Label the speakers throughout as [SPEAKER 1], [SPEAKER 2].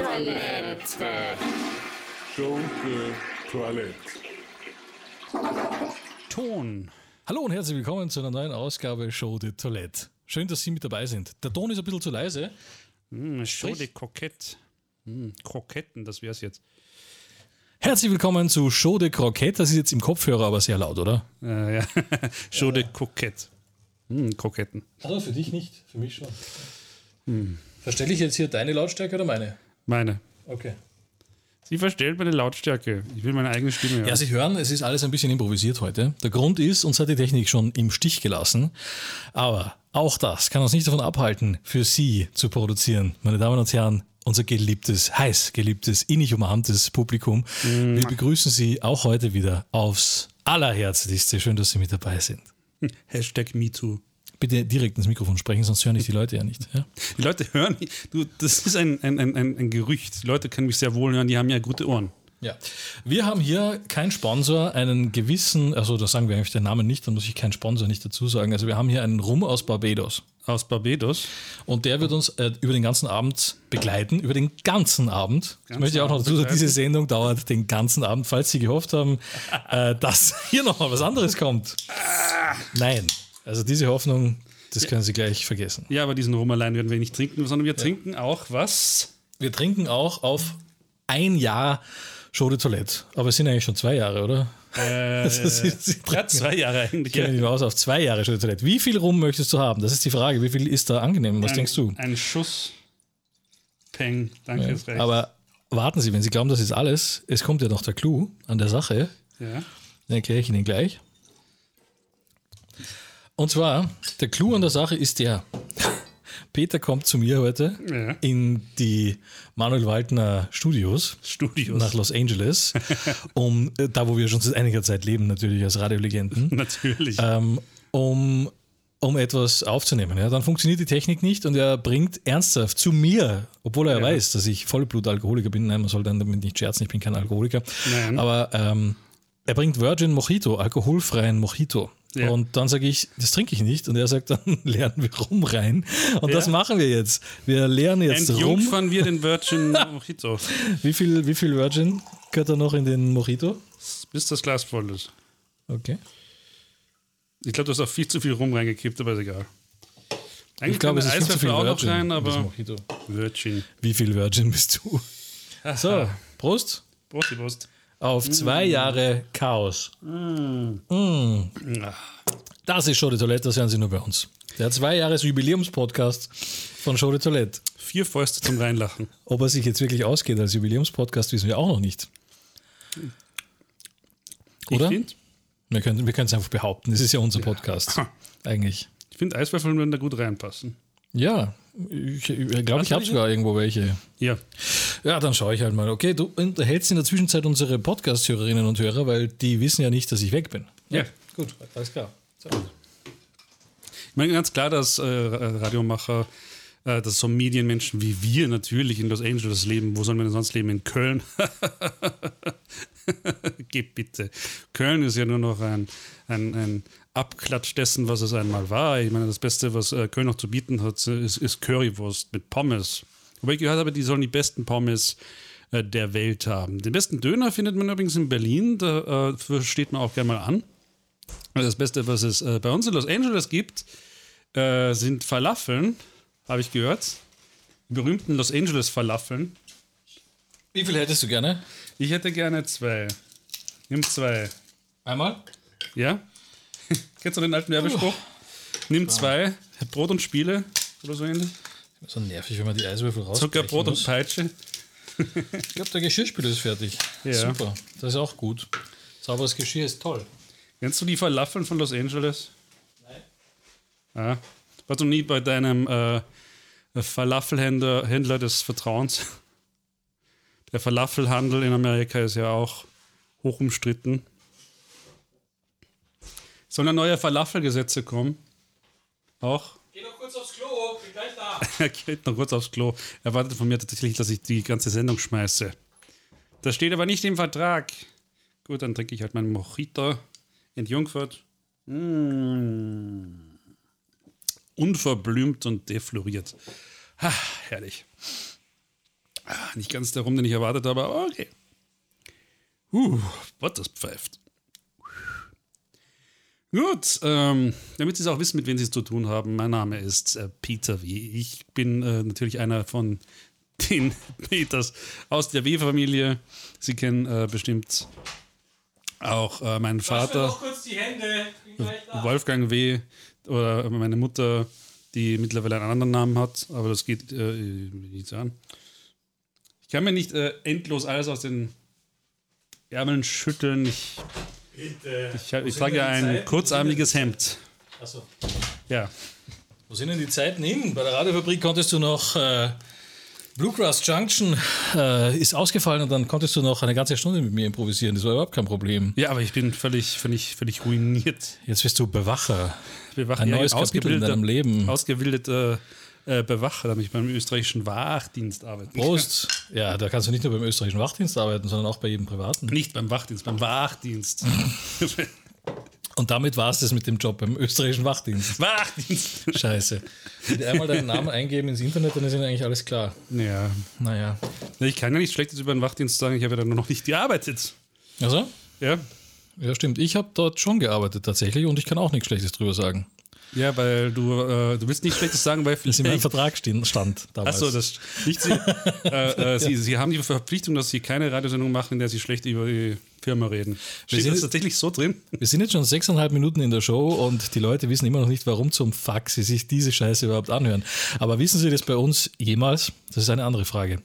[SPEAKER 1] Schultoilette.
[SPEAKER 2] Schunke Toilette.
[SPEAKER 3] Ton.
[SPEAKER 4] Hallo und herzlich willkommen zu einer neuen Ausgabe Show de Toilette. Schön, dass Sie mit dabei sind. Der Ton ist ein bisschen zu leise.
[SPEAKER 3] Hm,
[SPEAKER 4] Sprich.
[SPEAKER 3] Schode Kokett. Hm, Kroketten, das wär's jetzt.
[SPEAKER 4] Herzlich willkommen zu Show de Croquette. Das ist jetzt im Kopfhörer aber sehr laut, oder?
[SPEAKER 3] Äh, ja. Schode Kokett. Hm, Kroketten.
[SPEAKER 4] Hallo, Also für dich nicht, für mich schon. Hm. Verstelle ich jetzt hier deine Lautstärke oder meine?
[SPEAKER 3] Meine.
[SPEAKER 4] Okay.
[SPEAKER 3] Sie verstellt meine Lautstärke. Ich will meine eigene Stimme.
[SPEAKER 4] Ja,
[SPEAKER 3] hören.
[SPEAKER 4] Sie hören, es ist alles ein bisschen improvisiert heute. Der Grund ist, uns hat die Technik schon im Stich gelassen. Aber auch das kann uns nicht davon abhalten, für Sie zu produzieren. Meine Damen und Herren, unser geliebtes, heiß geliebtes, innig umarmtes Publikum. Wir begrüßen Sie auch heute wieder aufs allerherzlichste. Schön, dass Sie mit dabei sind.
[SPEAKER 3] Hashtag MeToo.
[SPEAKER 4] Bitte direkt ins Mikrofon sprechen, sonst hören ich die Leute ja nicht. Ja?
[SPEAKER 3] Die Leute hören, du, das ist ein, ein, ein, ein, ein Gerücht. Die Leute können mich sehr wohl hören, die haben ja gute Ohren.
[SPEAKER 4] Ja, wir haben hier keinen Sponsor, einen gewissen, also das sagen wir eigentlich den Namen nicht, dann muss ich keinen Sponsor nicht dazu sagen. Also wir haben hier einen Rum aus Barbados
[SPEAKER 3] Aus Barbados.
[SPEAKER 4] und der wird uns äh, über den ganzen Abend begleiten, über den ganzen Abend. das möchte ich auch noch dazu sagen, diese Sendung dauert den ganzen Abend, falls Sie gehofft haben, äh, dass hier nochmal was anderes kommt. Nein, also diese Hoffnung, das können Sie gleich vergessen.
[SPEAKER 3] Ja, aber diesen Rum allein werden wir nicht trinken, sondern wir trinken auch was?
[SPEAKER 4] Wir trinken auch auf ein Jahr Show de Toilette, aber es sind eigentlich schon zwei Jahre, oder?
[SPEAKER 3] Äh,
[SPEAKER 4] Also sie- sie
[SPEAKER 3] ja,
[SPEAKER 4] trinken-
[SPEAKER 3] zwei Jahre eigentlich.
[SPEAKER 4] Ich kenne mich mal aus auf zwei Jahre schon Toilette. Wie viel Rum möchtest du haben? Das ist die Frage. Wie viel ist da angenehm? Was
[SPEAKER 3] Ein-
[SPEAKER 4] denkst du?
[SPEAKER 3] Ein Schuss. Peng. Danke, ist recht.
[SPEAKER 4] Aber warten Sie, wenn Sie glauben, das ist alles, es kommt ja noch der Clou an der Sache.
[SPEAKER 3] ja.
[SPEAKER 4] Den erkläre ich Ihnen gleich. Und zwar, der Clou an der Sache ist der. Peter kommt zu mir heute
[SPEAKER 3] Ja.
[SPEAKER 4] in die Manuel Waldner Studios.
[SPEAKER 3] Studios.
[SPEAKER 4] Nach Los Angeles, um äh, da, wo wir schon seit einiger Zeit leben, natürlich als Radiolegenden.
[SPEAKER 3] Natürlich.
[SPEAKER 4] ähm, um, um etwas aufzunehmen. Ja? Dann funktioniert die Technik nicht und er bringt ernsthaft zu mir, obwohl er ja. weiß, dass ich Vollblutalkoholiker bin. Nein, man soll dann damit nicht scherzen, ich bin kein Alkoholiker.
[SPEAKER 3] Nein.
[SPEAKER 4] Aber ähm, er bringt Virgin Mojito, alkoholfreien Mojito.
[SPEAKER 3] Ja.
[SPEAKER 4] Und dann sage ich, das trinke ich nicht. Und er sagt, dann leeren wir Rum rein. Und das machen wir jetzt. Wir leeren jetzt Rum.
[SPEAKER 3] Entjungfern wir den Virgin Mojito,
[SPEAKER 4] Wie viel, wie viel Virgin gehört da noch in den Mojito?
[SPEAKER 3] bis das Glas voll ist.
[SPEAKER 4] Okay.
[SPEAKER 3] Ich glaube, du hast auch viel zu viel rum reingekippt, aber ist egal. Eigentlich
[SPEAKER 4] Ich glaube, es
[SPEAKER 3] kann
[SPEAKER 4] ist
[SPEAKER 3] der
[SPEAKER 4] viel zu
[SPEAKER 3] Eiswürfel
[SPEAKER 4] viel
[SPEAKER 3] auch noch
[SPEAKER 4] Virgin.
[SPEAKER 3] rein,
[SPEAKER 4] in das
[SPEAKER 3] aber
[SPEAKER 4] Mojito.
[SPEAKER 3] Virgin.
[SPEAKER 4] Wie viel Virgin bist du? So, Prost.
[SPEAKER 3] Prost, die Prost.
[SPEAKER 4] auf zwei Jahre Chaos. Mm. Das ist Show de Toilette, das hören Sie nur bei uns. Der zwei Jahres Jubiläumspodcast von Show de Toilette.
[SPEAKER 3] Vier Fäuste zum Reinlachen.
[SPEAKER 4] Ob er sich jetzt wirklich ausgeht als Jubiläumspodcast, wissen wir auch noch nicht. Oder?
[SPEAKER 3] Ich finde,
[SPEAKER 4] Wir können wir können es einfach behaupten, es ist ja unser Podcast. Eigentlich.
[SPEAKER 3] ich find, Eiswürfel würden da gut reinpassen.
[SPEAKER 4] Ja, ich glaube, ich, glaub, ich habe
[SPEAKER 3] welche?
[SPEAKER 4] sogar irgendwo welche.
[SPEAKER 3] Ja,
[SPEAKER 4] Ja, dann schaue ich halt mal. Okay, du unterhältst in der Zwischenzeit unsere Podcast-Hörerinnen und Hörer, weil die wissen ja nicht, dass ich weg bin.
[SPEAKER 3] ja.
[SPEAKER 4] Gut, alles klar. So.
[SPEAKER 3] Ich meine ganz klar, dass äh, Radiomacher, äh, dass so Medienmenschen wie wir natürlich in Los Angeles leben. Wo sollen wir denn sonst leben? In Köln? Geh bitte. Köln ist ja nur noch ein, ein, ein Abklatsch dessen, was es einmal war. Ich meine, das Beste, was äh, Köln noch zu bieten hat, ist, ist Currywurst mit Pommes. Wobei ich gehört habe, die sollen die besten Pommes äh, der Welt haben. Den besten Döner findet man übrigens in Berlin. Da, äh, Dafür steht man auch gerne mal an. Also Das Beste, was es äh, bei uns in Los Angeles gibt, äh, sind Falafeln, habe ich gehört. Die berühmten Los Angeles Falafeln.
[SPEAKER 4] Wie viel hättest du gerne?
[SPEAKER 3] Ich hätte gerne zwei. Nimm zwei.
[SPEAKER 4] Einmal?
[SPEAKER 3] Ja? Kennst du den alten Werbespruch? Nimm zwei. Brot und Spiele oder so ähnlich.
[SPEAKER 4] So nervig, wenn man die Eiswürfel raus.
[SPEAKER 3] Zuckerbrot und Peitsche.
[SPEAKER 4] Ich glaube, der Geschirrspüler ist fertig.
[SPEAKER 3] Ja.
[SPEAKER 4] Super, das ist auch gut. Sauberes Geschirr ist toll.
[SPEAKER 3] Kennst du die Falafeln von Los Angeles? Nein. Ah. Warst du nie bei deinem äh, Falafelhändler Händler des Vertrauens? Der Falafelhandel in Amerika ist ja auch hoch umstritten. Sollen da neue Falafelgesetze kommen? Auch?
[SPEAKER 4] Geh noch kurz aufs Klo, bin gleich da.
[SPEAKER 3] Er geht noch kurz aufs Klo. Er wartet von mir tatsächlich, dass ich die ganze Sendung schmeiße. Das steht aber nicht im Vertrag. Gut, dann trinke ich halt meinen Mojito in Jungfurt. Mm. Unverblümt und defloriert. Ha, herrlich. Ah, Nicht ganz darum, den ich erwartet habe, aber okay. Uh, was das pfeift. Gut, ähm, damit Sie es auch wissen, mit wem Sie es zu tun haben, mein Name ist äh, Peter W. Ich bin äh, natürlich einer von den Peters aus der W-Familie. Sie kennen äh, bestimmt auch äh, meinen Vater.
[SPEAKER 1] kurz die Hände.
[SPEAKER 3] Wolfgang W. oder meine Mutter, die mittlerweile einen anderen Namen hat, aber das geht äh, nichts an. Ich kann mir nicht äh, endlos alles aus den Ärmeln schütteln. Ich,
[SPEAKER 1] Bitte.
[SPEAKER 3] ich, ich trage ein kurzarmiges Hemd.
[SPEAKER 4] Achso.
[SPEAKER 3] Ja.
[SPEAKER 4] Also, Wo sind denn die Zeiten hin? Bei der Radiofabrik konntest du noch äh, Bluegrass Junction äh, ist ausgefallen und dann konntest du noch eine ganze Stunde mit mir improvisieren. Das war überhaupt kein Problem.
[SPEAKER 3] ja, aber ich bin völlig, völlig, völlig ruiniert.
[SPEAKER 4] Jetzt bist du Bewacher.
[SPEAKER 3] Wir wachen
[SPEAKER 4] Ein
[SPEAKER 3] ja
[SPEAKER 4] neues Kapitel in
[SPEAKER 3] ausgebildeter-
[SPEAKER 4] deinem Leben.
[SPEAKER 3] Ausgebildeter äh, Bewacher, damit ich beim österreichischen Wachdienst arbeite.
[SPEAKER 4] Prost. Ja, da kannst du nicht nur beim österreichischen Wachdienst arbeiten, sondern auch bei jedem privaten.
[SPEAKER 3] Nicht beim Wachdienst, beim Wachdienst.
[SPEAKER 4] Und damit war es das mit dem Job beim österreichischen Wachdienst.
[SPEAKER 3] Wachdienst!
[SPEAKER 4] Scheiße. Wenn die einmal deinen Namen eingeben ins Internet, dann ist ihnen eigentlich alles klar.
[SPEAKER 3] Ja,
[SPEAKER 4] Naja.
[SPEAKER 3] Na, Ich kann ja nichts Schlechtes über den Wachdienst sagen, ich habe ja dann noch nicht gearbeitet.
[SPEAKER 4] Also?
[SPEAKER 3] Ja,
[SPEAKER 4] Ja, stimmt. Ich habe dort schon gearbeitet tatsächlich und ich kann auch nichts Schlechtes drüber sagen.
[SPEAKER 3] ja weil du, äh, du willst nichts Schlechtes sagen, weil
[SPEAKER 4] Das in meinem
[SPEAKER 3] vielleicht.
[SPEAKER 4] Vertrag stehen, stand damals.
[SPEAKER 3] Achso, das nicht sie, äh, äh, sie, sie haben die Verpflichtung, dass sie keine Radiosendung machen, in der sie schlecht über die Firma reden. Steht
[SPEAKER 4] sind-
[SPEAKER 3] das tatsächlich so drin?
[SPEAKER 4] Wir sind jetzt schon sechseinhalb Minuten in der Show und die Leute wissen immer noch nicht, warum zum Fuck sie sich diese Scheiße überhaupt anhören. Aber wissen sie das bei uns jemals? Das ist eine andere Frage.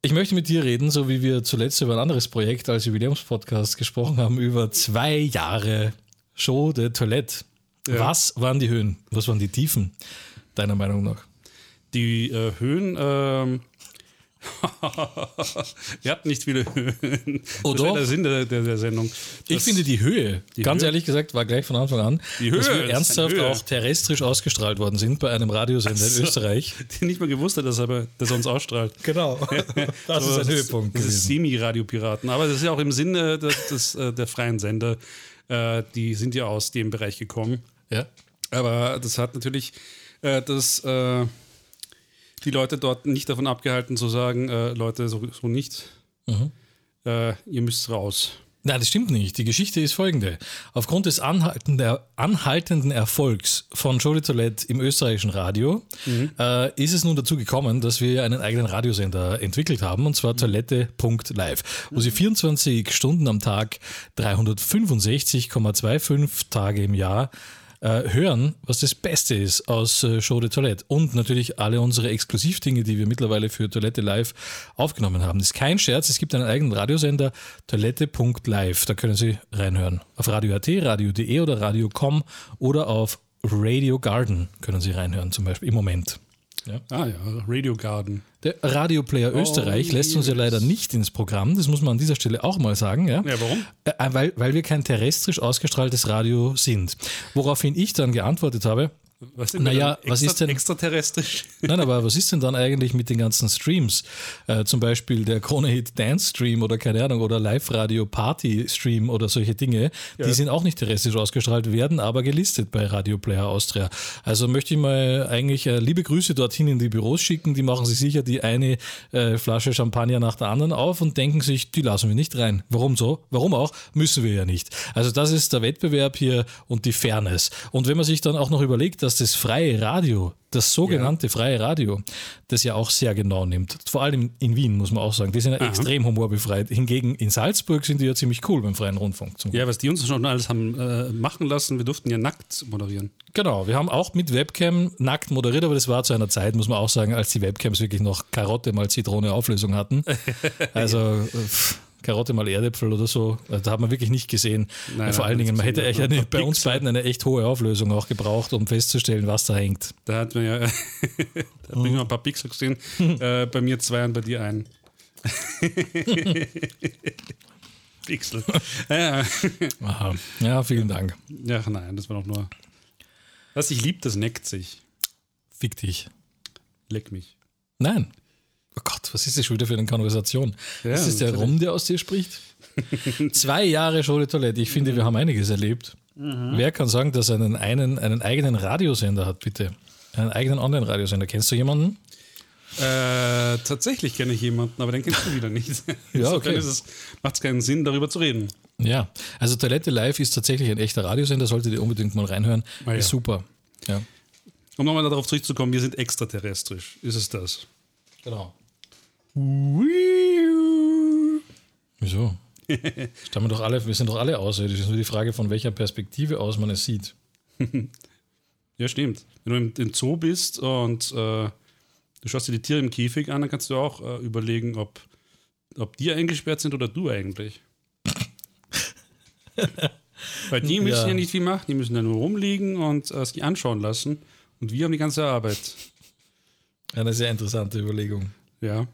[SPEAKER 4] Ich möchte mit dir reden, so wie wir zuletzt über ein anderes Projekt als Jubiläumspodcast gesprochen haben, über zwei Jahre Show de Toilette. Was waren die Höhen? Was waren die Tiefen, deiner Meinung nach?
[SPEAKER 3] Die äh, Höhen. Ähm, Ihr habt nicht viele Höhen.
[SPEAKER 4] Oh,
[SPEAKER 3] das ist ja
[SPEAKER 4] doch.
[SPEAKER 3] der Sinn der, der, der Sendung.
[SPEAKER 4] Ich
[SPEAKER 3] Das-
[SPEAKER 4] finde die Höhe, ganz
[SPEAKER 3] Höhe?
[SPEAKER 4] ehrlich gesagt, war gleich von Anfang an,
[SPEAKER 3] Die
[SPEAKER 4] dass
[SPEAKER 3] Höhe, das
[SPEAKER 4] wir
[SPEAKER 3] ist
[SPEAKER 4] ernsthaft
[SPEAKER 3] eine Höhe.
[SPEAKER 4] auch terrestrisch ausgestrahlt worden sind bei einem Radiosender in Österreich.
[SPEAKER 3] die nicht mal gewusst hat, dass er, dass er uns ausstrahlt.
[SPEAKER 4] Genau. Das
[SPEAKER 3] So,
[SPEAKER 4] ist ein Höhepunkt
[SPEAKER 3] Das ist
[SPEAKER 4] gewesen.
[SPEAKER 3] Semi-Radio-Piraten. Aber das ist ja auch im Sinne des, des, äh, der freien Sender. Äh, die sind ja aus dem Bereich gekommen.
[SPEAKER 4] Ja.
[SPEAKER 3] Aber das hat natürlich äh, das, äh, die Leute dort nicht davon abgehalten zu sagen, äh, Leute, so, so nicht.
[SPEAKER 4] Mhm.
[SPEAKER 3] Äh, ihr müsst raus.
[SPEAKER 4] Nein, das stimmt nicht. Die Geschichte ist folgende. Aufgrund des anhaltenden, anhaltenden Erfolgs von Jolie Toilette im österreichischen Radio äh, ist es nun dazu gekommen, dass wir einen eigenen Radiosender entwickelt haben, und zwar toilette.live, wo sie 24 Stunden am Tag, 365,25 Tage im Jahr äh, hören, was das Beste ist aus äh, Show de Toilette. Und natürlich alle unsere Exklusivdinge, die wir mittlerweile für Toilette Live aufgenommen haben. Das ist kein Scherz, es gibt einen eigenen Radiosender, toilette.live. Da können Sie reinhören. Auf Radio.at, Radio.de E oder Radio.com oder auf Radio Garden können Sie reinhören, zum Beispiel im Moment.
[SPEAKER 3] Ah ja, Radio Garden.
[SPEAKER 4] Der Radioplayer Österreich lässt uns ja leider nicht ins Programm, das muss man an dieser Stelle auch mal sagen. Ja,
[SPEAKER 3] Ja, warum?
[SPEAKER 4] Äh, weil, weil wir kein terrestrisch ausgestrahltes Radio sind. Woraufhin ich dann geantwortet habe,
[SPEAKER 3] Was sind
[SPEAKER 4] Naja,
[SPEAKER 3] wir dann?
[SPEAKER 4] was ist denn-
[SPEAKER 3] Extraterrestrisch.
[SPEAKER 4] Nein, aber was ist denn dann eigentlich mit den ganzen Streams? Äh, zum Beispiel der Krone-Hit Dance-Stream oder keine Ahnung, oder Live-Radio-Party-Stream oder solche Dinge. Die sind auch nicht terrestrisch ausgestrahlt, werden aber gelistet bei Radio Player Austria. Also möchte ich mal eigentlich äh, liebe Grüße dorthin in die Büros schicken. Die machen sich sicher die eine äh, Flasche Champagner nach der anderen auf und denken sich, die lassen wir nicht rein. Warum so? Warum auch? Müssen wir ja nicht. Also das ist der Wettbewerb hier und die Fairness. Und wenn man sich dann auch noch überlegt, dass das freie Radio, das sogenannte freie Radio, das ja auch sehr genau nimmt. Vor allem in Wien, muss man auch sagen. Die sind ja extrem humorbefreit. Hingegen in Salzburg sind die ja ziemlich cool beim freien Rundfunk. Zum
[SPEAKER 3] Ja, was die uns schon alles haben äh, machen lassen, wir durften ja nackt moderieren.
[SPEAKER 4] Genau, wir haben auch mit Webcam nackt moderiert, aber das war zu einer Zeit, muss man auch sagen, als die Webcams wirklich noch Karotte mal Zitrone Auflösung hatten. Also äh, pff, Karotte mal Erdäpfel oder so, äh, da hat man wirklich nicht gesehen.
[SPEAKER 3] Nein,
[SPEAKER 4] Vor
[SPEAKER 3] nein,
[SPEAKER 4] allen
[SPEAKER 3] das
[SPEAKER 4] Dingen, man
[SPEAKER 3] ist
[SPEAKER 4] hätte
[SPEAKER 3] ja
[SPEAKER 4] echt
[SPEAKER 3] nur
[SPEAKER 4] eine,
[SPEAKER 3] ein paar
[SPEAKER 4] bei uns beiden eine echt hohe Auflösung auch gebraucht, um festzustellen, was da hängt.
[SPEAKER 3] Da hat man ja da hat
[SPEAKER 4] Mhm.
[SPEAKER 3] man immer ein paar Pixel gesehen. äh, bei mir zwei und bei dir einen. Pixel. Ja,
[SPEAKER 4] Aha. Ja, vielen Dank.
[SPEAKER 3] ja, ach nein, das war doch nur. Was ich lieb, das neckt sich.
[SPEAKER 4] Fick dich.
[SPEAKER 3] Leck mich.
[SPEAKER 4] Nein. Oh Gott, was ist das schon wieder für eine Konversation?
[SPEAKER 3] Ja,
[SPEAKER 4] ist das der
[SPEAKER 3] natürlich.
[SPEAKER 4] Rum, der aus dir spricht? Zwei Jahre Schule Toilette. Ich finde, wir haben einiges erlebt.
[SPEAKER 3] Mhm.
[SPEAKER 4] Wer kann sagen, dass er einen, einen, einen eigenen Radiosender hat, bitte? Einen eigenen Online-Radiosender. Kennst du jemanden?
[SPEAKER 3] Äh, tatsächlich kenne ich jemanden, aber den kennst du wieder nicht.
[SPEAKER 4] Ja,
[SPEAKER 3] Insofern
[SPEAKER 4] okay.
[SPEAKER 3] ist es- Macht's keinen Sinn, darüber zu reden.
[SPEAKER 4] Ja, also Toilette Live ist tatsächlich ein echter Radiosender, solltet ihr unbedingt mal reinhören.
[SPEAKER 3] Ah, ja.
[SPEAKER 4] Ist super. Ja.
[SPEAKER 3] Um nochmal darauf zurückzukommen, wir sind extraterrestrisch. Ist es das?
[SPEAKER 4] Genau. Wieso? Stammen doch alle, wir sind doch alle außerirdisch. Es ist nur die Frage, von welcher Perspektive aus man es sieht.
[SPEAKER 3] Ja, stimmt. Wenn du im, im Zoo bist und äh, du schaust dir die Tiere im Käfig an, dann kannst du auch äh, überlegen, ob, ob die eingesperrt sind oder du eigentlich. Weil die müssen ja.
[SPEAKER 4] Ja.
[SPEAKER 3] nicht viel machen, die müssen ja nur rumliegen und äh, sich anschauen lassen. Und wir haben die ganze Arbeit.
[SPEAKER 4] Eine sehr interessante Überlegung.
[SPEAKER 3] Ja.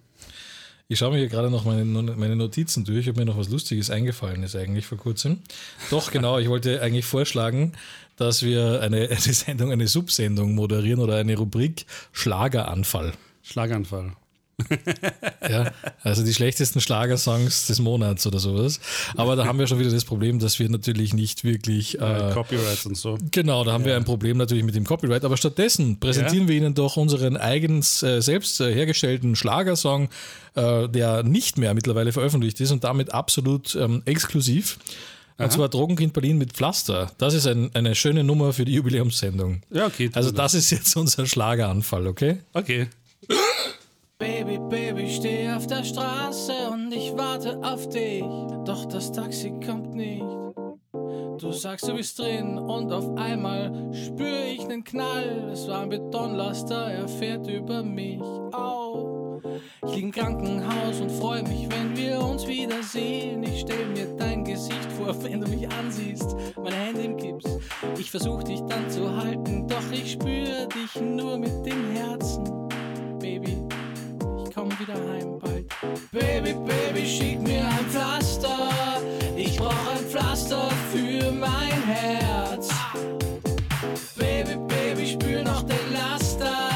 [SPEAKER 4] Ich schaue mir hier gerade noch meine, No- meine Notizen durch, ob mir noch was Lustiges eingefallen ist eigentlich vor kurzem. Doch, genau, ich wollte eigentlich vorschlagen, dass wir eine, eine Sendung, eine Subsendung moderieren oder eine Rubrik Schlageranfall.
[SPEAKER 3] Schlaganfall.
[SPEAKER 4] Ja, also die schlechtesten Schlagersongs des Monats oder sowas. Aber da haben wir schon wieder das Problem, dass wir natürlich nicht wirklich.
[SPEAKER 3] Äh,
[SPEAKER 4] Äh,
[SPEAKER 3] Copyrights und so.
[SPEAKER 4] genau, da haben wir ein Problem natürlich mit dem Copyright. Aber stattdessen präsentieren wir Ihnen doch unseren eigens äh, selbst äh, hergestellten Schlagersong, äh, der nicht mehr mittlerweile veröffentlicht ist und damit absolut ähm, exklusiv. Und zwar Drogenkind Berlin mit Pflaster. Das ist ein, eine schöne Nummer für die Jubiläumssendung.
[SPEAKER 3] Ja, okay. tun
[SPEAKER 4] Also
[SPEAKER 3] wir
[SPEAKER 4] das ist jetzt unser Schlageranfall, okay?
[SPEAKER 3] Okay.
[SPEAKER 5] Baby, Baby, ich steh auf der Straße und ich warte auf dich. Doch das Taxi kommt nicht. Du sagst, du bist drin und auf einmal spür ich nen Knall. Es war ein Betonlaster, er fährt über mich. Au. Ich lieg im Krankenhaus und freu mich, wenn wir uns wiedersehen. Ich stell mir dein Gesicht vor, wenn du mich ansiehst, meine Hände im Gips. Ich versuch dich dann zu halten, doch ich spür dich nur mit dem Herzen, Baby ich komm wieder heim bald. Baby, Baby, schick mir ein Pflaster. Ich brauch ein Pflaster für mein Herz. Baby, Baby, spür noch den Laster.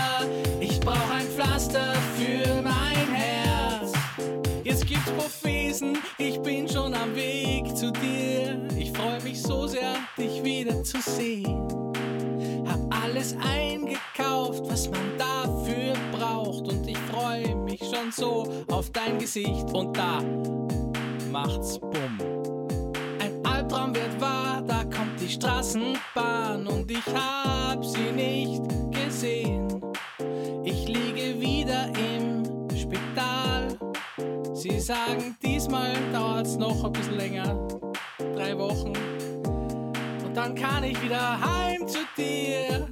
[SPEAKER 5] Ich brauch ein Pflaster für mein Herz. Jetzt gibt's Prophesen, ich bin schon am Weg zu dir. Ich freu mich so sehr, dich wieder zu sehen. Hab alles eingekauft, was man dafür braucht. Und ich freu mich schon so auf dein Gesicht. Und da macht's bumm. Ein Albtraum wird wahr, da kommt die Straßenbahn. Und ich hab sie nicht gesehen. Ich liege wieder im Spital. Sie sagen, diesmal dauert's noch ein bisschen länger. Drei Wochen. Und dann kann ich wieder heim zu dir.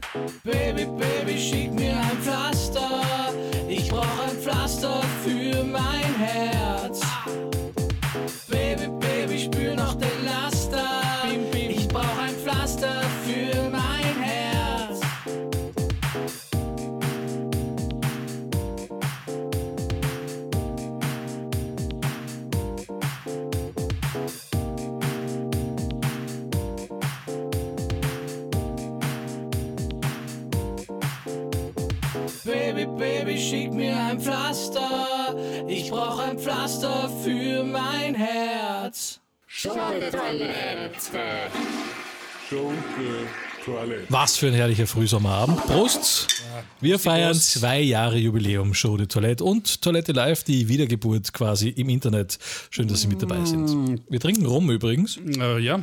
[SPEAKER 5] Baby, Baby, schick mir ein Pflaster. Ich brauch ein Pflaster für mein Herz. Baby, Baby, spür noch den Laster. Ich brauch ein Pflaster für mein Herz. Baby, Baby, schick mir ein Pflaster. Ich brauch ein Pflaster für mein Herz.
[SPEAKER 2] Schunke Toilette.
[SPEAKER 4] Was für ein herrlicher Frühsommerabend. Prost! Wir feiern zwei Jahre Jubiläum Show de Toilette und Toilette Live, die Wiedergeburt quasi im Internet. Schön, dass Sie mit dabei
[SPEAKER 3] Mm.
[SPEAKER 4] sind. Wir trinken rum übrigens.
[SPEAKER 3] Äh, ja.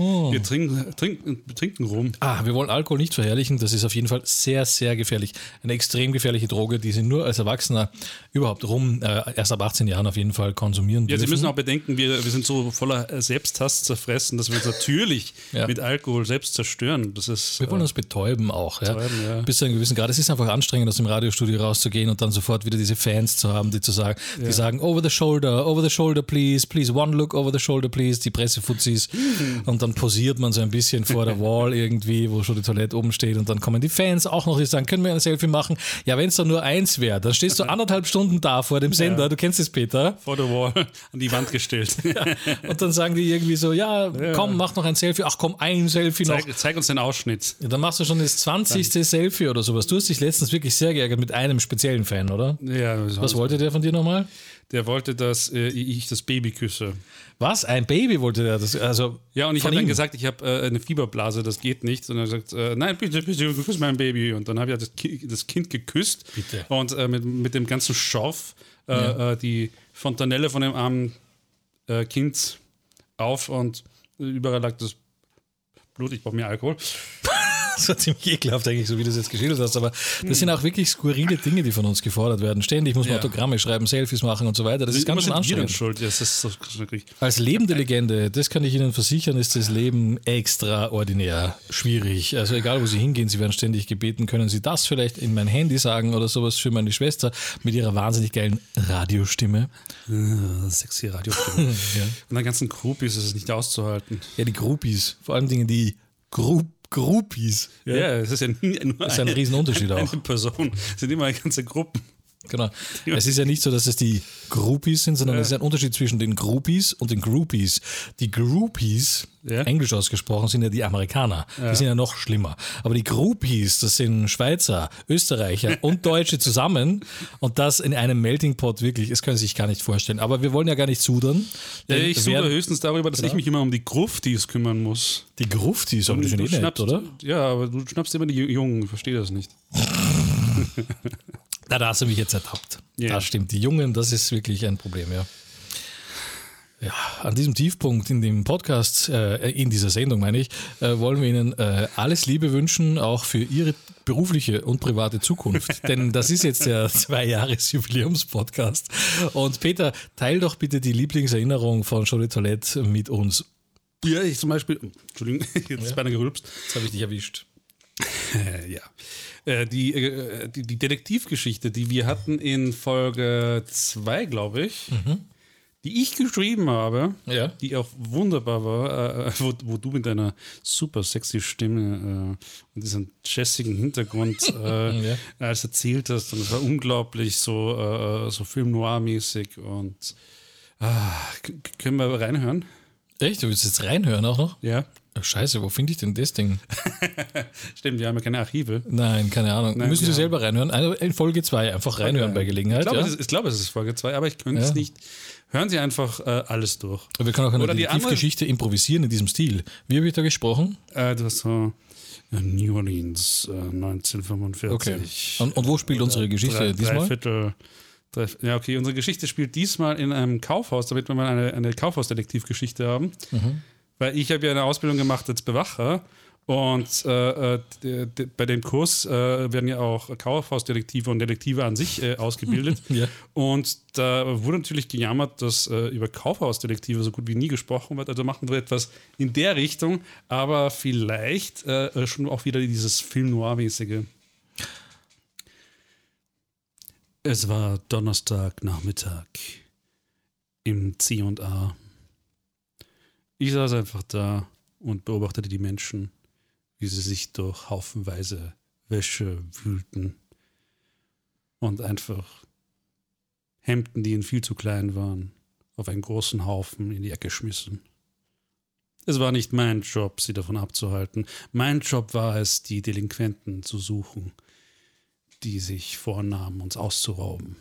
[SPEAKER 3] Wir trinken, trinken, trinken rum.
[SPEAKER 4] Ah, wir wollen Alkohol nicht verherrlichen. Das ist auf jeden Fall sehr, sehr gefährlich. Eine extrem gefährliche Droge, die Sie nur als Erwachsener überhaupt rum, äh, erst ab 18 Jahren auf jeden Fall konsumieren
[SPEAKER 3] Ja,
[SPEAKER 4] dürfen.
[SPEAKER 3] Sie müssen auch bedenken, wir, wir sind so voller äh, Selbsthass zerfressen, dass wir uns natürlich
[SPEAKER 4] Ja.
[SPEAKER 3] mit Alkohol selbst zerstören. Das ist. äh,
[SPEAKER 4] Wir wollen uns betäuben auch, ja.
[SPEAKER 3] Betäuben, ja.
[SPEAKER 4] Bis zu einem gewissen Grad. Es ist einfach anstrengend, aus dem Radiostudio rauszugehen und dann sofort wieder diese Fans zu haben, die zu sagen, die sagen, over the shoulder, over the shoulder, please, please, one look over the shoulder, please, die Pressefuzis.
[SPEAKER 3] Mhm.
[SPEAKER 4] und dann posiert man so ein bisschen vor der Wall irgendwie, wo schon die Toilette oben steht und dann kommen die Fans auch noch, die sagen, können wir ein Selfie machen? Ja, wenn es dann nur eins wäre, dann stehst du anderthalb Stunden da vor dem Sender, du kennst es, Peter.
[SPEAKER 3] vor der Wall an die Wand gestellt.
[SPEAKER 4] Und dann sagen die irgendwie so, ja, komm, mach noch ein Selfie, ach komm, ein Selfie noch.
[SPEAKER 3] zeig, zeig uns den Ausschnitt.
[SPEAKER 4] Ja, dann machst du schon das 20. Selfie oder sowas. Du hast dich letztens wirklich sehr geärgert mit einem speziellen Fan, oder?
[SPEAKER 3] Ja,
[SPEAKER 4] Was wollte der von dir nochmal?
[SPEAKER 3] Der wollte, dass äh, ich das Baby küsse.
[SPEAKER 4] Was? Ein Baby wollte der? Das, also
[SPEAKER 3] Ja, und ich
[SPEAKER 4] von
[SPEAKER 3] habe dann
[SPEAKER 4] Eben.
[SPEAKER 3] gesagt, ich habe äh, eine Fieberblase, das geht nicht. Und er hat gesagt, äh, nein, bitte, bitte, du küsst mein Baby. Und dann habe ich halt das, Ki das Kind geküsst
[SPEAKER 4] Bitte.
[SPEAKER 3] und äh, mit, mit dem ganzen Schorf äh, äh, die Fontanelle von dem armen äh, Kind auf und überall lag das Blut. Ich brauche mehr Alkohol.
[SPEAKER 4] Das war ziemlich ekelhaft, eigentlich, so wie du es jetzt geschildert hast. Aber das sind auch wirklich skurrile Dinge, die von uns gefordert werden. Ständig muss man
[SPEAKER 3] Ja. Also
[SPEAKER 4] Autogramme schreiben, Selfies machen und so weiter. Das ist ganz schön
[SPEAKER 3] Immer sind wir dann
[SPEAKER 4] anstrengend.
[SPEAKER 3] schuld. Ja, das ist so schrecklich.
[SPEAKER 4] Als lebende Legende, das kann ich Ihnen versichern, ist das Leben extraordinär schwierig. Also egal, wo Sie hingehen, Sie werden ständig gebeten, können Sie das vielleicht in mein Handy sagen oder sowas für meine Schwester mit ihrer wahnsinnig geilen Radiostimme. Ah,
[SPEAKER 3] Äh, Sexy Radio. Und den ganzen Groupies ist es nicht auszuhalten.
[SPEAKER 4] Ja, die Groupies, vor allem Dinge, die Group Groupies.
[SPEAKER 3] Ja, es ist ja nie nur
[SPEAKER 4] Das ist ein Riesenunterschied
[SPEAKER 3] eine
[SPEAKER 4] auch.
[SPEAKER 3] Person. Es sind immer ganze Gruppen.
[SPEAKER 4] Genau. Es ist ja nicht so, dass es die Groupies sind, sondern es ist ein Unterschied zwischen den Groupies und den Groupies. Die Groupies,
[SPEAKER 3] Ja.
[SPEAKER 4] englisch ausgesprochen, sind ja die Amerikaner. Die sind ja noch schlimmer. Aber die Groupies, das sind Schweizer, Österreicher und Deutsche zusammen. Und das in einem Melting Pot wirklich, das können Sie sich gar nicht vorstellen. Aber wir wollen ja gar nicht sudern.
[SPEAKER 3] Ja,
[SPEAKER 4] denn
[SPEAKER 3] ich
[SPEAKER 4] wer-
[SPEAKER 3] suche höchstens darüber, dass ich mich immer um die Gruftis kümmern muss.
[SPEAKER 4] Die Gruftis, aber die sind eh nett, oder?
[SPEAKER 3] Ja, aber du schnappst immer die Jungen, ich verstehe das nicht.
[SPEAKER 4] Na, da hast du mich jetzt ertappt.
[SPEAKER 3] Ja.
[SPEAKER 4] Das stimmt. Die Jungen, das ist wirklich ein Problem, ja. Ja, an diesem Tiefpunkt in dem Podcast, äh, in dieser Sendung meine ich, äh, wollen wir Ihnen äh, alles Liebe wünschen, auch für Ihre berufliche und private Zukunft. Denn das ist jetzt der Zwei-Jahres-Jubiläums-Podcast. Und Peter, teil doch bitte die Lieblingserinnerung von Jolie Toilette mit uns.
[SPEAKER 3] Ja, ich zum Beispiel, Entschuldigung, jetzt ist beinahe gerülpst.
[SPEAKER 4] Jetzt habe ich dich erwischt.
[SPEAKER 3] Äh, ja. Äh, die, äh, die, die Detektivgeschichte, die wir hatten in Folge 2, glaube ich,
[SPEAKER 4] Mhm.
[SPEAKER 3] die ich geschrieben habe,
[SPEAKER 4] Ja.
[SPEAKER 3] die auch wunderbar war, äh, wo, wo du mit deiner super sexy Stimme äh, und diesem jazzigen Hintergrund äh,
[SPEAKER 4] Ja.
[SPEAKER 3] als erzählt hast. Und es war unglaublich so, äh, so Film Noir-mäßig. Und ah, k- k- können wir reinhören?
[SPEAKER 4] Echt? Du willst jetzt reinhören auch noch?
[SPEAKER 3] Ja.
[SPEAKER 4] Ach, Scheiße, wo finde ich denn das Ding?
[SPEAKER 3] Stimmt, wir haben ja keine Archive.
[SPEAKER 4] Nein, keine Ahnung. Müssen Sie selber reinhören. Also In Folge 2 einfach reinhören bei Gelegenheit.
[SPEAKER 3] Ich glaube,
[SPEAKER 4] ja?
[SPEAKER 3] es, ist, ich glaube, es ist Folge 2, aber ich könnte es
[SPEAKER 4] Ja.
[SPEAKER 3] nicht. Hören Sie einfach äh, alles durch.
[SPEAKER 4] Wir können auch eine
[SPEAKER 3] Oder die
[SPEAKER 4] Detektivgeschichte improvisieren in diesem Stil. Wie habe ich da gesprochen?
[SPEAKER 3] Äh, du hast so äh, New Orleans äh, 1945.
[SPEAKER 4] Und, und wo spielt unsere Geschichte
[SPEAKER 3] Drei, drei
[SPEAKER 4] diesmal?
[SPEAKER 3] Viertel. Drei, ja, okay. Unsere Geschichte spielt diesmal in einem Kaufhaus, damit wir mal eine, eine Kaufhausdetektivgeschichte haben.
[SPEAKER 4] Mhm.
[SPEAKER 3] Weil ich habe ja eine Ausbildung gemacht als Bewacher und äh, äh, d- d- bei dem Kurs äh, werden ja auch Kaufhausdetektive und Detektive an sich äh, ausgebildet.
[SPEAKER 4] Ja.
[SPEAKER 3] Und da wurde natürlich gejammert, dass äh, über Kaufhausdetektive so gut wie nie gesprochen wird. Also machen wir etwas in der Richtung, aber vielleicht äh, schon auch wieder dieses Film-Noir-mäßige. Es war Donnerstagnachmittag im C&A. Ich saß einfach da und beobachtete die Menschen, wie sie sich durch haufenweise Wäsche wühlten und einfach Hemden, die ihnen viel zu klein waren, auf einen großen Haufen in die Ecke schmissen. Es war nicht mein Job, sie davon abzuhalten. Mein Job war es, die Delinquenten zu suchen, die sich vornahmen, uns auszurauben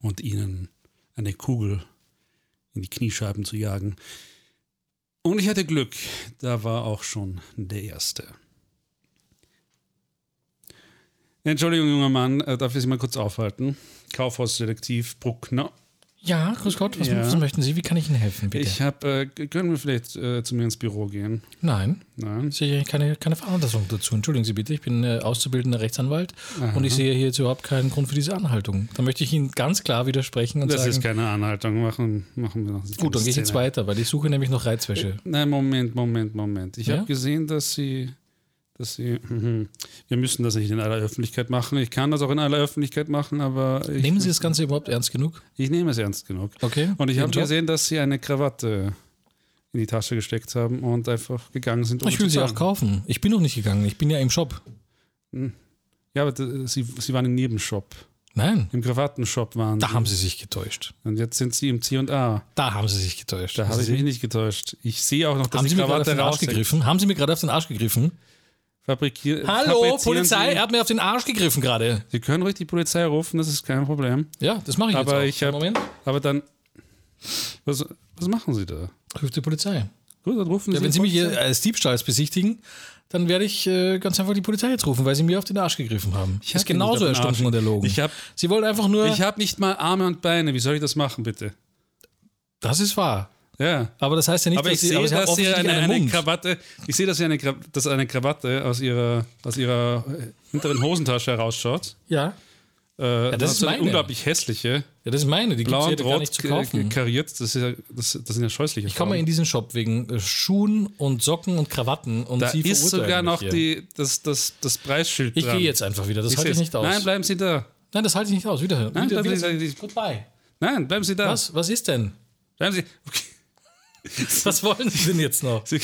[SPEAKER 3] und ihnen eine Kugel in die Kniescheiben zu jagen. Und ich hatte Glück, da war auch schon der Erste. Entschuldigung, junger Mann, äh, darf ich Sie mal kurz aufhalten? Kaufhausdetektiv Bruckner.
[SPEAKER 4] Ja, grüß Gott, was,
[SPEAKER 3] Ja.
[SPEAKER 4] was möchten Sie? Wie kann ich Ihnen helfen, bitte?
[SPEAKER 3] Ich habe, äh, können wir vielleicht äh, zu mir ins Büro gehen?
[SPEAKER 4] Nein,
[SPEAKER 3] Nein.
[SPEAKER 4] ich sehe keine, keine Veranlassung dazu. Entschuldigen Sie bitte, ich bin äh, auszubildender Rechtsanwalt und ich sehe hier jetzt überhaupt keinen Grund für diese Anhaltung. Da möchte ich Ihnen ganz klar widersprechen und
[SPEAKER 3] Das
[SPEAKER 4] sagen,
[SPEAKER 3] ist keine Anhaltung. Machen, machen wir noch eine
[SPEAKER 4] gut, dann gehe ich jetzt
[SPEAKER 3] Szene.
[SPEAKER 4] weiter, weil ich suche nämlich noch Reizwäsche.
[SPEAKER 3] Nein, Moment, Moment, Moment. Ich
[SPEAKER 4] Ja?
[SPEAKER 3] habe gesehen, dass Sie, dass Sie, mhm. wir müssen das nicht in aller Öffentlichkeit machen. Ich kann das auch in aller Öffentlichkeit machen, aber ich,
[SPEAKER 4] Nehmen Sie das Ganze überhaupt ernst genug?
[SPEAKER 3] ich nehme es ernst genug.
[SPEAKER 4] Okay.
[SPEAKER 3] Und ich
[SPEAKER 4] Ihren
[SPEAKER 3] habe
[SPEAKER 4] Job?
[SPEAKER 3] gesehen, dass Sie eine Krawatte in die Tasche gesteckt haben und einfach gegangen sind. ohne
[SPEAKER 4] Ich will
[SPEAKER 3] zu
[SPEAKER 4] sie auch
[SPEAKER 3] zahlen.
[SPEAKER 4] kaufen. Ich bin noch nicht gegangen, ich bin ja im Shop.
[SPEAKER 3] Ja, aber d- Sie, Sie waren im Nebenshop.
[SPEAKER 4] Nein,
[SPEAKER 3] Im Krawattenshop waren
[SPEAKER 4] da
[SPEAKER 3] Sie.
[SPEAKER 4] haben Sie sich getäuscht.
[SPEAKER 3] Und jetzt sind Sie im C&A.
[SPEAKER 4] Da haben sie sich getäuscht.
[SPEAKER 3] Da habe ich
[SPEAKER 4] sie,
[SPEAKER 3] mich nicht getäuscht. Ich sehe auch noch, dass
[SPEAKER 4] haben
[SPEAKER 3] die
[SPEAKER 4] sie mir gerade auf
[SPEAKER 3] Krawatte
[SPEAKER 4] den Arsch
[SPEAKER 3] rausgegriffen.
[SPEAKER 4] gegriffen? Haben sie mir gerade auf den Arsch gegriffen?
[SPEAKER 3] Fabrikier
[SPEAKER 4] Hallo,
[SPEAKER 3] fabrizieren
[SPEAKER 4] Polizei,
[SPEAKER 3] Sie,
[SPEAKER 4] er hat mir auf den Arsch gegriffen gerade.
[SPEAKER 3] Sie können ruhig die Polizei rufen, das ist kein Problem.
[SPEAKER 4] Ja, das mache ich
[SPEAKER 3] Aber
[SPEAKER 4] jetzt
[SPEAKER 3] ich
[SPEAKER 4] auch.
[SPEAKER 3] hab-
[SPEAKER 4] Moment.
[SPEAKER 3] Aber dann. Was, was machen Sie da?
[SPEAKER 4] Ruf die Polizei.
[SPEAKER 3] Gut, dann rufen
[SPEAKER 4] Ja,
[SPEAKER 3] Sie
[SPEAKER 4] wenn
[SPEAKER 3] die
[SPEAKER 4] Sie mich
[SPEAKER 3] Polizei.
[SPEAKER 4] hier als Diebstahls besichtigen, dann werde ich äh, ganz einfach die Polizei jetzt rufen, weil Sie mir auf den Arsch gegriffen haben. Ich
[SPEAKER 3] hab
[SPEAKER 4] ist
[SPEAKER 3] Ihnen
[SPEAKER 4] genauso
[SPEAKER 3] nicht auf den
[SPEAKER 4] erstunken
[SPEAKER 3] Arsch.
[SPEAKER 4] und erlogen.
[SPEAKER 3] Ich hab-
[SPEAKER 4] Sie wollen einfach nur.
[SPEAKER 3] Ich habe nicht mal Arme und Beine. Wie soll ich das machen, bitte?
[SPEAKER 4] das ist wahr.
[SPEAKER 3] Ja.
[SPEAKER 4] Aber das heißt ja nicht,
[SPEAKER 3] Aber
[SPEAKER 4] dass
[SPEAKER 3] ich
[SPEAKER 4] Sie,
[SPEAKER 3] sehe,
[SPEAKER 4] aber Sie haben
[SPEAKER 3] dass sie
[SPEAKER 4] offensichtlich
[SPEAKER 3] eine,
[SPEAKER 4] einen
[SPEAKER 3] eine
[SPEAKER 4] Mund.
[SPEAKER 3] Krawatte, ich sehe, dass sie eine, Kra- dass eine Krawatte aus ihrer, aus ihrer äh, hinteren Hosentasche herausschaut.
[SPEAKER 4] ja.
[SPEAKER 3] Äh,
[SPEAKER 4] das ist
[SPEAKER 3] so eine
[SPEAKER 4] meine.
[SPEAKER 3] unglaublich hässliche.
[SPEAKER 4] ja, das ist meine. Die gibt es
[SPEAKER 3] Blau
[SPEAKER 4] hier
[SPEAKER 3] und
[SPEAKER 4] gar nicht
[SPEAKER 3] rot
[SPEAKER 4] zu
[SPEAKER 3] ka-
[SPEAKER 4] kaufen.
[SPEAKER 3] kariert. Das, ist ja, das, das sind ja scheußliche
[SPEAKER 4] Ich komme in diesen Shop wegen äh, Schuhen und Socken und Krawatten und
[SPEAKER 3] Da
[SPEAKER 4] Sie
[SPEAKER 3] ist
[SPEAKER 4] verurteilen
[SPEAKER 3] sogar
[SPEAKER 4] mich
[SPEAKER 3] noch
[SPEAKER 4] hier.
[SPEAKER 3] die, das, das, das Preisschild
[SPEAKER 4] Ich
[SPEAKER 3] dran.
[SPEAKER 4] gehe jetzt einfach wieder. Das halte ich
[SPEAKER 3] seh's.
[SPEAKER 4] nicht aus.
[SPEAKER 3] Nein, bleiben Sie da.
[SPEAKER 4] Nein, das halte ich nicht aus. Wiederhören.
[SPEAKER 3] Nein,
[SPEAKER 4] Wieder,
[SPEAKER 3] bleiben Sie-
[SPEAKER 4] wiederhören.
[SPEAKER 3] Sie- Sie-
[SPEAKER 4] Goodbye.
[SPEAKER 3] Nein, bleiben Sie da.
[SPEAKER 4] Was? Was ist denn?
[SPEAKER 3] Bleiben Sie. Okay.
[SPEAKER 4] Was wollen Sie denn jetzt noch?
[SPEAKER 3] Sie,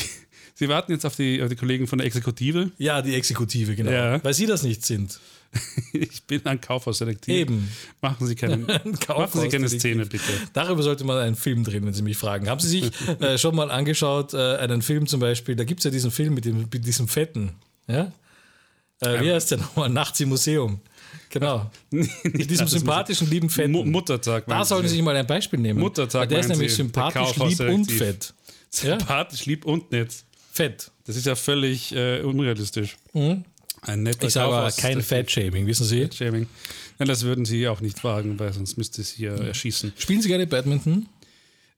[SPEAKER 3] Sie warten jetzt auf die, auf die Kollegen von der Exekutive.
[SPEAKER 4] Ja, die Exekutive, genau.
[SPEAKER 3] Ja.
[SPEAKER 4] Weil Sie das nicht sind.
[SPEAKER 3] Ich bin ein Kaufhausdetektiv.
[SPEAKER 4] Eben.
[SPEAKER 3] Machen Sie keine, machen Sie keine
[SPEAKER 4] Kaufhausdetektiv.
[SPEAKER 3] Szene, bitte.
[SPEAKER 4] Darüber sollte man einen Film drehen, wenn Sie mich fragen. Haben Sie sich äh, schon mal angeschaut, äh, einen Film zum Beispiel, da gibt es ja diesen Film mit, dem, mit diesem Fetten, ja? Äh,
[SPEAKER 3] Ähm.
[SPEAKER 4] wie heißt der nochmal? Nachts im Museum. Genau. mit diesem sympathischen, lieben Fetten.
[SPEAKER 3] Mu Muttertag.
[SPEAKER 4] da
[SPEAKER 3] meinen
[SPEAKER 4] sollten Sie sich mal ein Beispiel nehmen.
[SPEAKER 3] Muttertag,
[SPEAKER 4] Weil Der ist
[SPEAKER 3] meinen
[SPEAKER 4] nämlich
[SPEAKER 3] Sie, der
[SPEAKER 4] sympathisch, lieb
[SPEAKER 3] Kaufhausdetektiv.
[SPEAKER 4] und fett. Ja?
[SPEAKER 3] Sympathisch, lieb und nett.
[SPEAKER 4] Fett.
[SPEAKER 3] Das ist ja völlig äh, unrealistisch. Ein netter
[SPEAKER 4] Mhm. Ich sage aber
[SPEAKER 3] Kaufhaus-
[SPEAKER 4] kein Fat-Shaming, wissen Sie?
[SPEAKER 3] Shaming. Nein, das würden Sie auch nicht wagen, weil sonst müsste es hier
[SPEAKER 4] Mhm.
[SPEAKER 3] erschießen.
[SPEAKER 4] Spielen Sie gerne Badminton?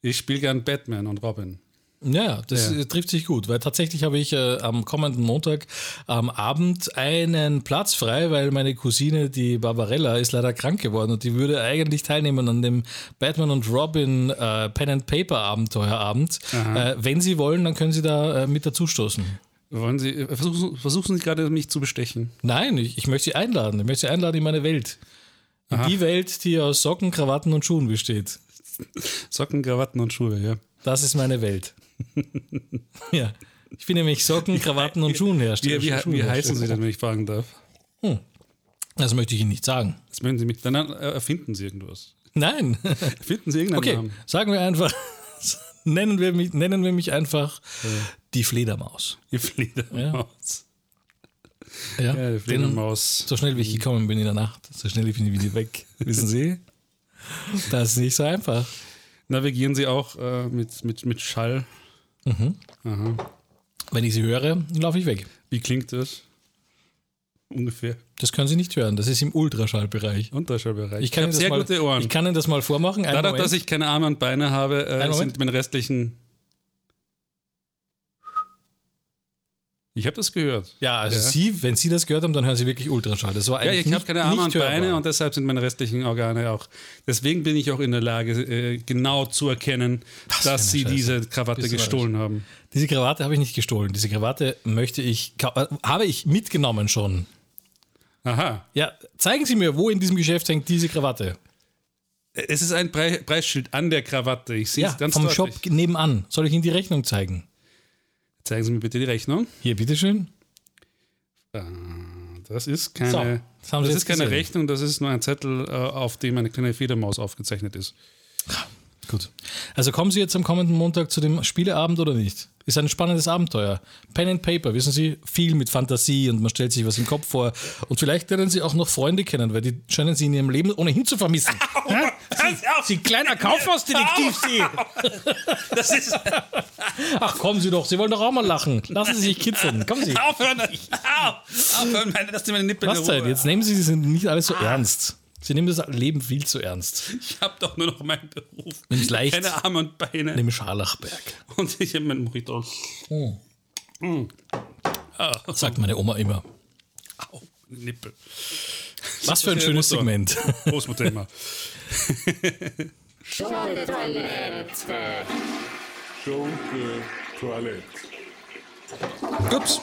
[SPEAKER 3] Ich spiele gern Batman und Robin.
[SPEAKER 4] Ja, das
[SPEAKER 3] Ja.
[SPEAKER 4] äh, trifft sich gut, weil tatsächlich habe ich äh, am kommenden Montag am Abend einen Platz frei, weil meine Cousine, die Barbarella, ist leider krank geworden und die würde eigentlich teilnehmen an dem Batman und Robin äh, Pen and Paper Abenteuerabend. Äh, wenn Sie wollen, dann können Sie da äh, mit dazustoßen.
[SPEAKER 3] Wollen Sie, äh, versuchen, versuchen Sie gerade, mich zu bestechen.
[SPEAKER 4] Nein, ich, ich möchte Sie einladen. Ich möchte Sie einladen in meine Welt. In die Welt, die aus Socken, Krawatten und Schuhen besteht.
[SPEAKER 3] Socken, Krawatten und Schuhe, ja.
[SPEAKER 4] Das ist meine Welt. ja. Ich bin nämlich Socken, Krawatten und Schuhen
[SPEAKER 3] Wie,
[SPEAKER 4] herstellen.
[SPEAKER 3] wie, wie heißen Sie denn, wenn ich fragen darf?
[SPEAKER 4] Das möchte ich Ihnen nicht sagen.
[SPEAKER 3] Das möchten Sie mich. Dann äh, erfinden Sie irgendwas.
[SPEAKER 4] Nein.
[SPEAKER 3] Erfinden Sie irgendeinen
[SPEAKER 4] Okay,
[SPEAKER 3] Namen.
[SPEAKER 4] sagen wir einfach, nennen wir mich, nennen wir mich einfach die Fledermaus.
[SPEAKER 3] Die Fledermaus.
[SPEAKER 4] Ja,
[SPEAKER 3] Ja, die Fledermaus. Mhm.
[SPEAKER 4] Denn So schnell wie ich gekommen bin in der Nacht, so schnell bin ich wieder weg. Wissen Sie? Das ist nicht so einfach.
[SPEAKER 3] Navigieren Sie auch äh, mit, mit, mit Schall.
[SPEAKER 4] Wenn ich sie höre, laufe ich weg.
[SPEAKER 3] Wie klingt das? Ungefähr.
[SPEAKER 4] Das können Sie nicht hören. Das ist im Ultraschallbereich.
[SPEAKER 3] Unterschallbereich.
[SPEAKER 4] Ich kann,
[SPEAKER 3] hab
[SPEAKER 4] Ihnen das
[SPEAKER 3] sehr
[SPEAKER 4] mal,
[SPEAKER 3] gute Ohren.
[SPEAKER 4] ich kann Ihnen das mal vormachen. Einen
[SPEAKER 3] Dadurch,
[SPEAKER 4] Moment.
[SPEAKER 3] dass ich keine Arme und Beine habe, äh,
[SPEAKER 4] Einen
[SPEAKER 3] sind meine restlichen. Ich habe das gehört.
[SPEAKER 4] ja, also
[SPEAKER 3] Ja.
[SPEAKER 4] Sie, wenn Sie das gehört haben, dann hören Sie wirklich Ultraschall. Das war
[SPEAKER 3] Ja,
[SPEAKER 4] eigentlich
[SPEAKER 3] ich habe
[SPEAKER 4] nicht-
[SPEAKER 3] keine Arme
[SPEAKER 4] nicht
[SPEAKER 3] und Beine
[SPEAKER 4] hörbar.
[SPEAKER 3] und deshalb sind meine restlichen Organe auch. Deswegen bin ich auch in der Lage, äh, genau zu erkennen,
[SPEAKER 4] für
[SPEAKER 3] dass
[SPEAKER 4] eine
[SPEAKER 3] sie
[SPEAKER 4] Scheiße.
[SPEAKER 3] diese Krawatte
[SPEAKER 4] Bist du
[SPEAKER 3] gestohlen haben.
[SPEAKER 4] Diese Krawatte habe ich nicht gestohlen. Diese Krawatte möchte ich, ka- äh, habe ich mitgenommen schon.
[SPEAKER 3] Aha.
[SPEAKER 4] Ja, zeigen Sie mir, wo in diesem Geschäft hängt diese Krawatte?
[SPEAKER 3] Es ist ein Pre Preisschild an der Krawatte. Ich sehe
[SPEAKER 4] Ja,
[SPEAKER 3] es ganz
[SPEAKER 4] vom
[SPEAKER 3] deutlich.
[SPEAKER 4] Shop nebenan. Soll ich Ihnen die Rechnung zeigen?
[SPEAKER 3] Zeigen Sie mir bitte die Rechnung.
[SPEAKER 4] Hier, bitteschön.
[SPEAKER 3] Das ist
[SPEAKER 4] So,
[SPEAKER 3] keine,
[SPEAKER 4] das haben
[SPEAKER 3] das
[SPEAKER 4] Sie jetzt
[SPEAKER 3] ist keine
[SPEAKER 4] gesehen.
[SPEAKER 3] Rechnung, das ist nur ein Zettel, äh, auf dem eine kleine Fledermaus aufgezeichnet ist.
[SPEAKER 4] Gut. Also kommen Sie jetzt am kommenden Montag zu dem Spieleabend oder nicht? Ist ein spannendes Abenteuer. Pen and Paper, wissen Sie, viel mit Fantasie und man stellt sich was im Kopf vor. Und vielleicht lernen Sie auch noch Freunde kennen, weil die scheinen Sie in Ihrem Leben ohnehin zu vermissen. Ja? Sie, Sie kleiner Kaufhausdetektiv, Sie!
[SPEAKER 3] Das ist
[SPEAKER 4] Ach, kommen Sie doch, Sie wollen doch auch mal lachen. Lassen Sie sich kitzeln. Kommen Sie.
[SPEAKER 3] aufhören, aufhören, meine, dass Sie meine Nippel
[SPEAKER 4] Was denn? halt. Jetzt nehmen Sie das nicht alles so ernst. Sie nehmen das Leben viel zu ernst.
[SPEAKER 3] Ich habe doch nur noch meinen Beruf.
[SPEAKER 4] Nimm's leicht.
[SPEAKER 3] Keine Arme und Beine.
[SPEAKER 4] Im Scharlachberg.
[SPEAKER 3] Und ich habe meinen Mojito.
[SPEAKER 4] Sagt meine Oma immer.
[SPEAKER 3] Ah, Au, meine Nippel.
[SPEAKER 4] Was für ein schönes
[SPEAKER 3] Mutter.
[SPEAKER 4] Segment.
[SPEAKER 3] Großmutter immer.
[SPEAKER 2] Schunke Toilette.
[SPEAKER 4] Ups.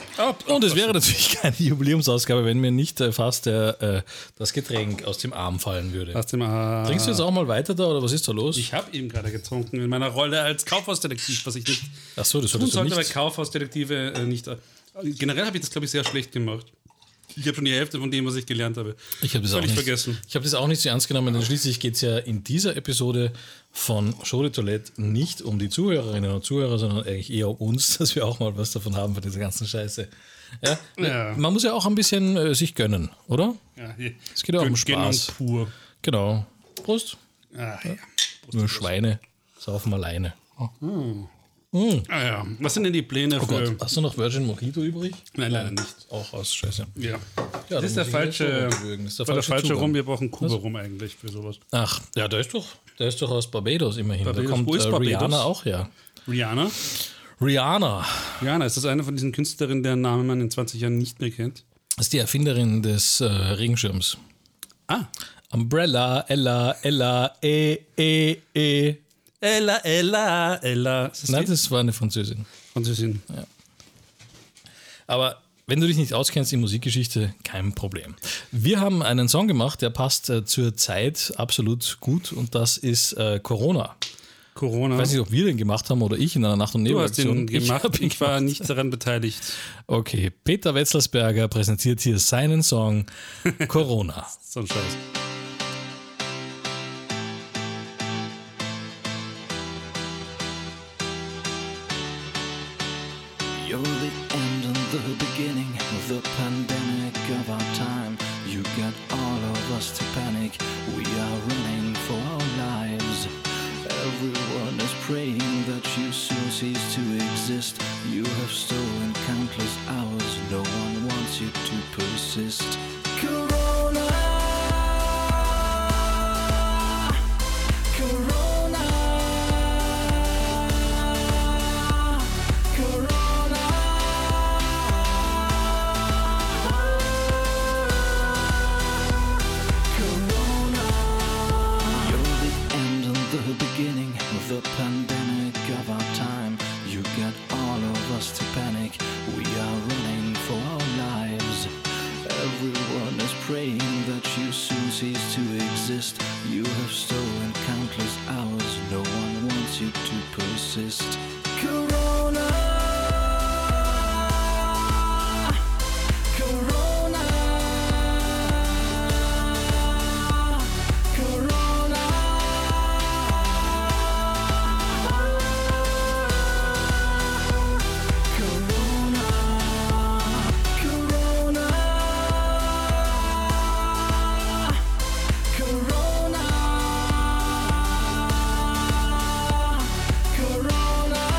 [SPEAKER 4] Und es wäre natürlich keine Jubiläumsausgabe, wenn mir nicht äh, fast der, äh, das Getränk aus dem Arm fallen würde.
[SPEAKER 3] Hast du mal.
[SPEAKER 4] Trinkst du jetzt auch mal weiter da oder was ist da los?
[SPEAKER 3] ah. Ich habe eben gerade getrunken in meiner Rolle als Kaufhausdetektiv, was ich nicht
[SPEAKER 4] Achso, das
[SPEAKER 3] tun
[SPEAKER 4] solltest du
[SPEAKER 3] sollte, weil
[SPEAKER 4] nicht.
[SPEAKER 3] Kaufhausdetektive äh, nicht. Äh, generell habe ich das, glaube ich, sehr schlecht gemacht. Ich habe schon die Hälfte von dem, was ich gelernt habe.
[SPEAKER 4] Ich habe das auch
[SPEAKER 3] Völlig
[SPEAKER 4] nicht.
[SPEAKER 3] vergessen.
[SPEAKER 4] Ich habe das auch nicht so ernst genommen, denn schließlich geht es ja in dieser Episode von Show de Toilette nicht um die Zuhörerinnen und Zuhörer, sondern eigentlich eher um uns, dass wir auch mal was davon haben von dieser ganzen Scheiße. Ja?
[SPEAKER 3] Ja.
[SPEAKER 4] Man muss ja auch ein bisschen äh, sich gönnen, oder?
[SPEAKER 3] Ja, hier.
[SPEAKER 4] Es geht ja auch um
[SPEAKER 3] Gönnen
[SPEAKER 4] Spaß.
[SPEAKER 3] pur.
[SPEAKER 4] Genau. Prost.
[SPEAKER 3] Ah, ja. Oh.
[SPEAKER 4] Nur Schweine saufen alleine.
[SPEAKER 3] Ah, ja. Was sind denn die Pläne
[SPEAKER 4] Oh
[SPEAKER 3] für.
[SPEAKER 4] Gott, hast du noch Virgin Mojito übrig?
[SPEAKER 3] Nein, leider nicht.
[SPEAKER 4] Auch aus Scheiße.
[SPEAKER 3] Ja.
[SPEAKER 4] Ja,
[SPEAKER 3] das ist der
[SPEAKER 4] dann muss ich
[SPEAKER 3] falsche.
[SPEAKER 4] jetzt so abwürgen. Das ist der
[SPEAKER 3] war der
[SPEAKER 4] falsche
[SPEAKER 3] falsche
[SPEAKER 4] Zugang.
[SPEAKER 3] Rum. Wir brauchen Kuba rum eigentlich für sowas.
[SPEAKER 4] Ach, ja, der ist doch, der ist doch aus Barbados immerhin.
[SPEAKER 3] Barbados.
[SPEAKER 4] Da kommt
[SPEAKER 3] Wo ist
[SPEAKER 4] äh,
[SPEAKER 3] Barbados?
[SPEAKER 4] Rihanna auch her.
[SPEAKER 3] Rihanna.
[SPEAKER 4] Rihanna
[SPEAKER 3] Rihanna, ist das eine von diesen Künstlerinnen, deren Namen man in 20 Jahren nicht mehr kennt?
[SPEAKER 4] ist die Erfinderin des äh, Regenschirms.
[SPEAKER 3] Ah.
[SPEAKER 4] Umbrella, Ella, Ella, E, E, E.
[SPEAKER 3] Ella, Ella, Ella. Ist das
[SPEAKER 4] Nein,
[SPEAKER 3] die?
[SPEAKER 4] das war eine Französin.
[SPEAKER 3] Französin.
[SPEAKER 4] Aber wenn du dich nicht auskennst in Musikgeschichte, kein Problem. Wir haben einen Song gemacht, der passt äh, zur Zeit absolut gut und das ist äh, Corona.
[SPEAKER 3] Corona.
[SPEAKER 4] Ich weiß nicht, ob wir den gemacht haben oder ich in einer Nacht- und
[SPEAKER 3] du hast den
[SPEAKER 4] Nebelaktion.
[SPEAKER 3] gemacht.
[SPEAKER 4] hab
[SPEAKER 3] Ich, war nicht daran beteiligt.
[SPEAKER 4] Okay, Peter Wetzelsberger präsentiert hier seinen Song Corona.
[SPEAKER 3] So ein Scheiß.
[SPEAKER 5] You're the end and the beginning, the pandemic of our time. You got all of us to panic. We are running for our lives. Everyone is praying that you soon cease to exist. You have stolen countless hours. No one wants you to persist. Corona. Corona. Corona. Corona. You're the end and the beginning, the pandemic of our time. You got all of us to panic. We are running for our lives. Everyone is praying that you soon cease to exist. You have stolen countless hours. No one wants you to persist. Corona. Corona. Corona. Corona. Corona. Corona. Corona.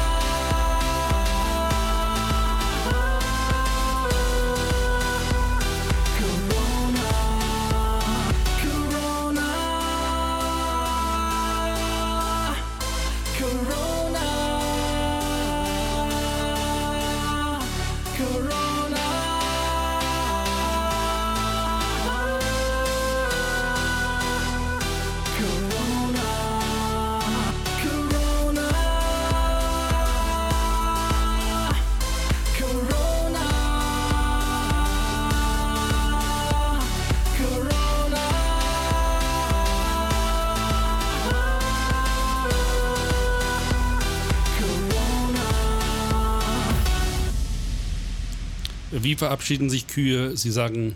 [SPEAKER 3] Wie verabschieden sich Kühe? Sie sagen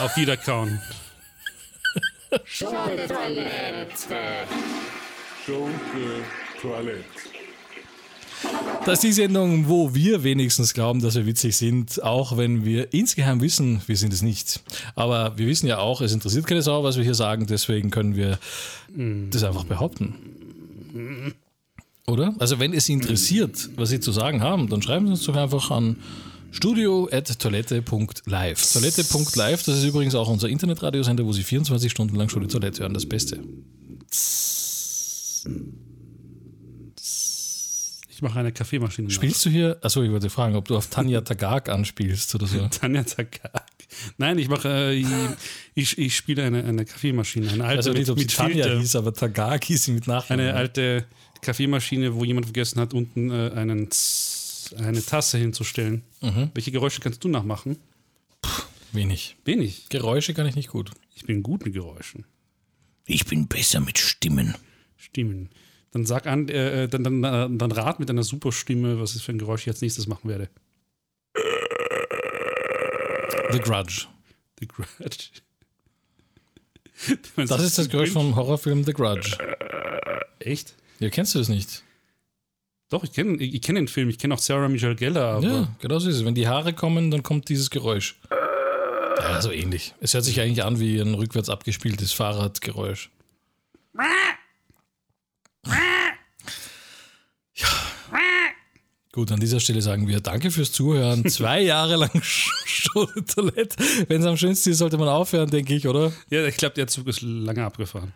[SPEAKER 3] auf Wiederkauen.
[SPEAKER 2] Schunke Toilette.
[SPEAKER 4] Das ist die Sendung, wo wir wenigstens glauben, dass wir witzig sind, auch wenn wir insgeheim wissen, wir sind es nicht. Aber wir wissen ja auch, es interessiert keine Sau, was wir hier sagen, deswegen können wir das einfach behaupten. Oder? Also wenn es Sie interessiert, was Sie zu sagen haben, dann schreiben Sie uns doch einfach an studio.toilette.live. Toilette.live, das ist übrigens auch unser Internetradiosender, wo Sie 24 Stunden lang Schule Toilette hören, das Beste.
[SPEAKER 3] Ich mache eine Kaffeemaschine. nach.
[SPEAKER 4] Spielst du hier, achso, ich wollte fragen, ob du auf Tanja Tagak anspielst oder so.
[SPEAKER 3] Tanja Tagak. Nein, ich mache, äh, ich, ich spiele eine, eine Kaffeemaschine, eine alte
[SPEAKER 4] Also nicht,
[SPEAKER 3] mit,
[SPEAKER 4] ob sie
[SPEAKER 3] mit
[SPEAKER 4] Tanja
[SPEAKER 3] Filter.
[SPEAKER 4] hieß, aber Tagak hieß sie mit Nachnamen.
[SPEAKER 3] Eine alte Kaffeemaschine, wo jemand vergessen hat, unten äh, einen Tss, eine Tasse hinzustellen.
[SPEAKER 4] Mhm.
[SPEAKER 3] Welche Geräusche kannst du nachmachen?
[SPEAKER 4] Wenig.
[SPEAKER 3] Wenig.
[SPEAKER 4] Geräusche kann ich nicht gut.
[SPEAKER 3] Ich bin gut mit Geräuschen.
[SPEAKER 5] Ich bin besser mit Stimmen.
[SPEAKER 3] Stimmen. Dann sag an, äh, äh, dann, dann, äh, dann rat mit deiner Superstimme, was ich für ein Geräusch ich als nächstes machen werde.
[SPEAKER 4] The Grudge.
[SPEAKER 3] The Grudge.
[SPEAKER 4] Das ist das Geräusch vom Horrorfilm The Grudge.
[SPEAKER 3] Echt?
[SPEAKER 4] Ja, kennst du das nicht?
[SPEAKER 3] Doch, ich kenne ich kenn den Film. Ich kenne auch Sarah Michelle Geller, aber
[SPEAKER 4] Ja, genau so ist es. Wenn die Haare kommen, dann kommt dieses Geräusch. Ja, so ähnlich. Es hört sich eigentlich an wie ein rückwärts abgespieltes Fahrradgeräusch. Ja, Gut, an dieser Stelle sagen wir Danke fürs Zuhören. Zwei Jahre lang Stunde Toilette. Wenn es am schönsten ist, sollte man aufhören, denke ich, oder?
[SPEAKER 3] Ja, ich glaube, der Zug ist lange abgefahren.